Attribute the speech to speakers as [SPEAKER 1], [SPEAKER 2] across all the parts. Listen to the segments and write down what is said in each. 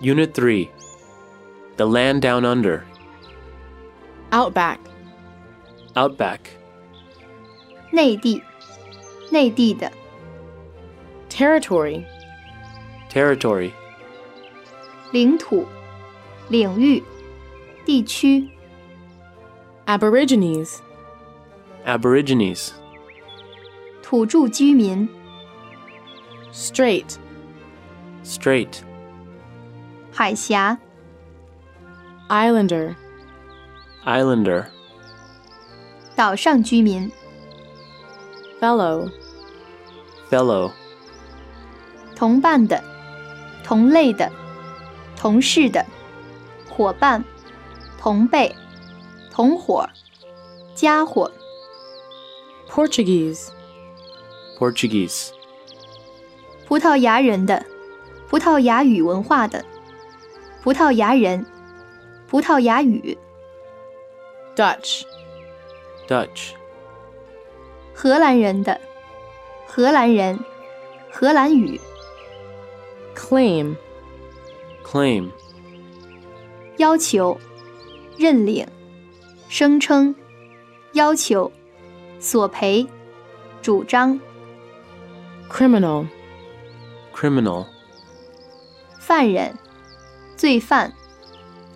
[SPEAKER 1] Unit 3 The Land Down Under,
[SPEAKER 2] outback,
[SPEAKER 1] Outback,
[SPEAKER 3] 内地，内地的
[SPEAKER 2] territory,
[SPEAKER 1] Territory,
[SPEAKER 3] 领土、领域、地区、
[SPEAKER 2] aborigines,
[SPEAKER 1] Aborigines,
[SPEAKER 3] 土著居民、
[SPEAKER 2] strait,
[SPEAKER 1] Strait,
[SPEAKER 3] 海峡、
[SPEAKER 2] islander,
[SPEAKER 1] Islander,
[SPEAKER 3] 岛上居民、
[SPEAKER 2] fellow,
[SPEAKER 1] Fellow,
[SPEAKER 3] 同伴的、同类的、同事的、伙伴、同辈、同伙、家伙、
[SPEAKER 2] Portuguese,
[SPEAKER 1] Portuguese,
[SPEAKER 3] 葡萄牙人的、葡萄牙语文化的、葡萄牙人、葡萄牙语、
[SPEAKER 2] Dutch,
[SPEAKER 1] Dutch,
[SPEAKER 3] 荷兰人的、荷兰人、荷兰语、
[SPEAKER 2] claim,
[SPEAKER 1] Claim,
[SPEAKER 3] 要求、认领、声称、要求、索赔、主张、
[SPEAKER 2] criminal,
[SPEAKER 1] Criminal,
[SPEAKER 3] 犯人、罪犯、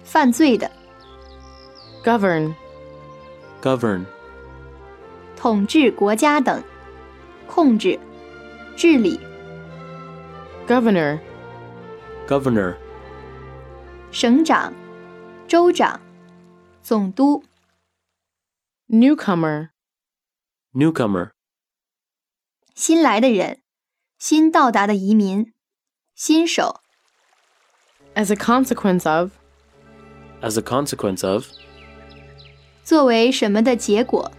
[SPEAKER 3] 犯罪的、
[SPEAKER 2] govern,
[SPEAKER 1] Govern,
[SPEAKER 3] 统治国家等、控制、治理、
[SPEAKER 2] governor,
[SPEAKER 1] Governor,
[SPEAKER 3] 省长、州长、总督、
[SPEAKER 2] newcomer,
[SPEAKER 1] Newcomer,
[SPEAKER 3] 新来的人、新到达的移民、新手、
[SPEAKER 2] as a consequence of,
[SPEAKER 1] as a consequence of,
[SPEAKER 3] 作为什么的结果、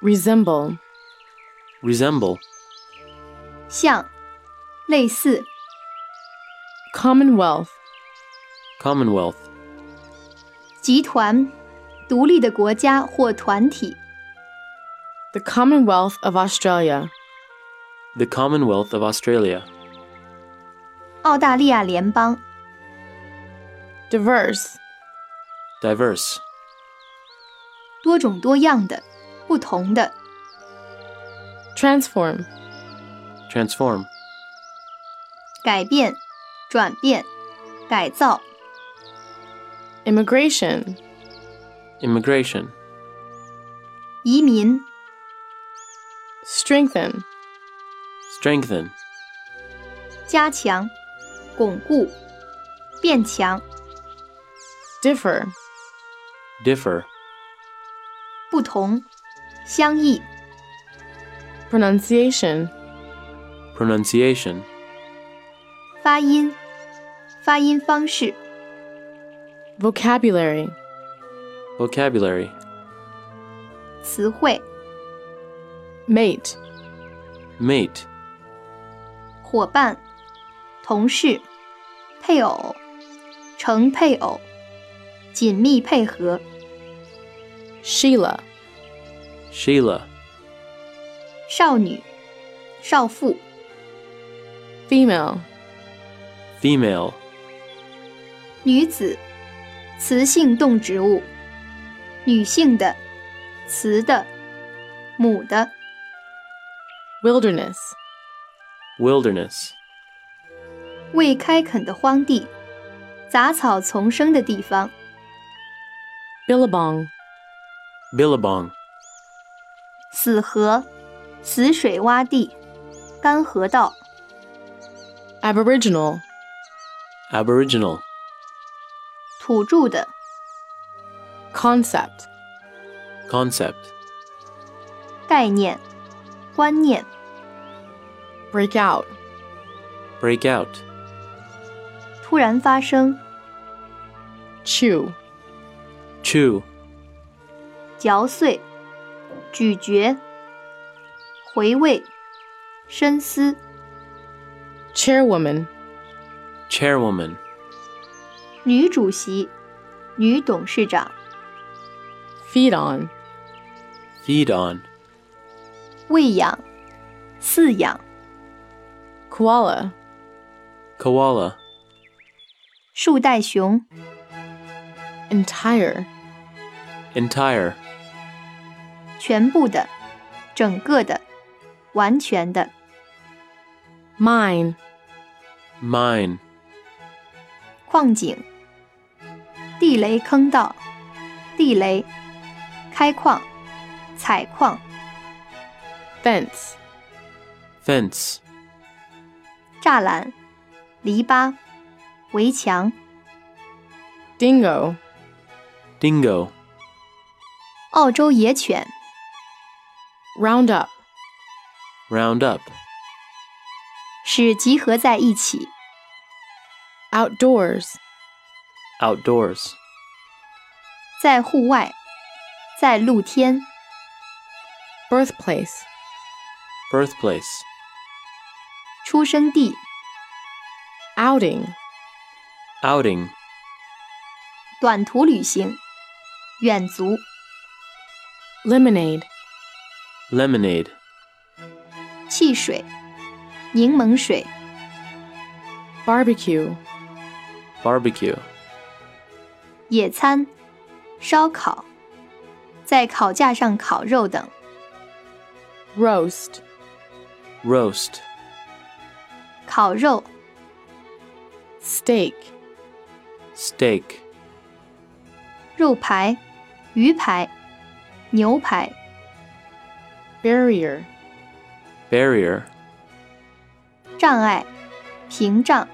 [SPEAKER 2] resemble,
[SPEAKER 1] Resemble,
[SPEAKER 3] 像、类似、
[SPEAKER 2] commonwealth,
[SPEAKER 1] Commonwealth,
[SPEAKER 3] 集团、独立的国家或团体。
[SPEAKER 2] the Commonwealth of Australia,
[SPEAKER 1] the Commonwealth of Australia,
[SPEAKER 3] 澳大利亚联邦、
[SPEAKER 2] diverse,
[SPEAKER 1] Diverse,
[SPEAKER 3] 多种多样的、不同的、
[SPEAKER 2] transform,
[SPEAKER 1] Transform,
[SPEAKER 3] 改变、转变、改造、
[SPEAKER 2] immigration,
[SPEAKER 1] Immigration,
[SPEAKER 3] 移民、
[SPEAKER 2] strengthen,
[SPEAKER 1] Strengthen,
[SPEAKER 3] 加强、巩固、变强、
[SPEAKER 2] differ,
[SPEAKER 1] Differ,
[SPEAKER 3] 不同、相异、
[SPEAKER 2] pronunciation,
[SPEAKER 1] Pronunciation,
[SPEAKER 3] 发音、发音方式、
[SPEAKER 2] vocabulary,
[SPEAKER 1] Vocabulary,
[SPEAKER 3] 词汇、
[SPEAKER 2] mate,
[SPEAKER 1] Mate,
[SPEAKER 3] 伙伴、同事、配偶、成配偶、紧密配合、
[SPEAKER 2] Sheila,
[SPEAKER 1] Sheila,
[SPEAKER 3] 少女、少妇、
[SPEAKER 2] female,
[SPEAKER 1] Female,
[SPEAKER 3] 女子、雌性动植物、女性的、雌的、母的、
[SPEAKER 2] wilderness,
[SPEAKER 1] Wilderness,
[SPEAKER 3] 未开垦的荒地、杂草丛生的地方、
[SPEAKER 2] billabong,
[SPEAKER 1] Billabong,
[SPEAKER 3] 死河、死水洼地、干河道、
[SPEAKER 2] aboriginal,
[SPEAKER 1] Aboriginal,
[SPEAKER 3] 土著的、
[SPEAKER 2] concept,
[SPEAKER 1] Concept,
[SPEAKER 3] 概念、观念、
[SPEAKER 2] break out,
[SPEAKER 1] Break out,
[SPEAKER 3] 突然发生、
[SPEAKER 2] chew,
[SPEAKER 1] Chew,
[SPEAKER 3] 嚼碎、咀嚼、回味、深思、
[SPEAKER 2] chairwoman,
[SPEAKER 1] Chairwoman,
[SPEAKER 3] 女主席、女董事长、
[SPEAKER 2] feed on,
[SPEAKER 1] Feed on,
[SPEAKER 3] 喂养、饲养。
[SPEAKER 2] koala,
[SPEAKER 1] Koala,
[SPEAKER 3] 树袋熊、
[SPEAKER 2] entire,
[SPEAKER 1] entire,
[SPEAKER 3] 全部的、整个的、完全的、
[SPEAKER 2] mine,
[SPEAKER 1] mine,
[SPEAKER 3] 矿井、地雷坑道、地雷、开矿、采矿、
[SPEAKER 2] fence,
[SPEAKER 1] fence,
[SPEAKER 3] 栅栏、篱笆、围墙、
[SPEAKER 2] dingo,
[SPEAKER 1] dingo,
[SPEAKER 3] 澳洲野犬、
[SPEAKER 2] round up,
[SPEAKER 1] round up,
[SPEAKER 3] 使集合在一起。
[SPEAKER 2] outdoors,
[SPEAKER 1] outdoors,
[SPEAKER 3] 在户外，在露天，
[SPEAKER 2] birthplace,
[SPEAKER 1] birthplace,
[SPEAKER 3] 出生地，
[SPEAKER 2] outing,
[SPEAKER 1] outing,
[SPEAKER 3] 短途旅行，远足，
[SPEAKER 2] lemonade,
[SPEAKER 1] lemonade,
[SPEAKER 3] 汽水，柠檬水，
[SPEAKER 2] barbecue,
[SPEAKER 1] barbecue,
[SPEAKER 3] 野餐，烧烤，在烤架上烤肉等，
[SPEAKER 2] roast,
[SPEAKER 1] roast,
[SPEAKER 3] 烤肉，
[SPEAKER 2] steak,
[SPEAKER 1] steak,
[SPEAKER 3] 肉排，鱼排，牛排，
[SPEAKER 2] barrier,
[SPEAKER 1] barrier,
[SPEAKER 3] 障碍，屏障，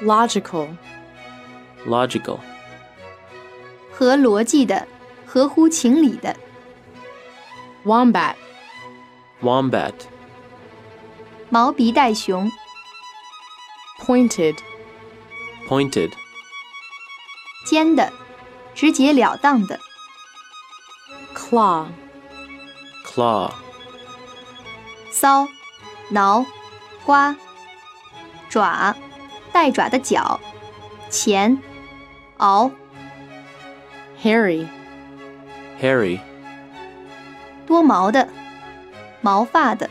[SPEAKER 2] logical,
[SPEAKER 1] logical,
[SPEAKER 3] 合逻辑的，合乎情理的，
[SPEAKER 2] wombat,
[SPEAKER 1] wombat,
[SPEAKER 3] 毛鼻袋熊，
[SPEAKER 2] pointed,
[SPEAKER 1] pointed,
[SPEAKER 3] 尖的，直截了当的，
[SPEAKER 2] claw,
[SPEAKER 1] claw,
[SPEAKER 3] 搔、挠、刮、爪、带爪的脚、钳、熬、
[SPEAKER 2] hairy,
[SPEAKER 1] hairy,
[SPEAKER 3] 多毛的、毛发的、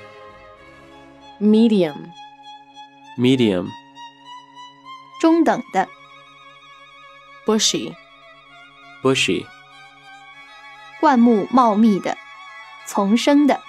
[SPEAKER 2] medium,
[SPEAKER 1] medium,
[SPEAKER 3] 中等的、
[SPEAKER 2] bushy,
[SPEAKER 1] bushy,
[SPEAKER 3] 灌木茂密的、丛生的、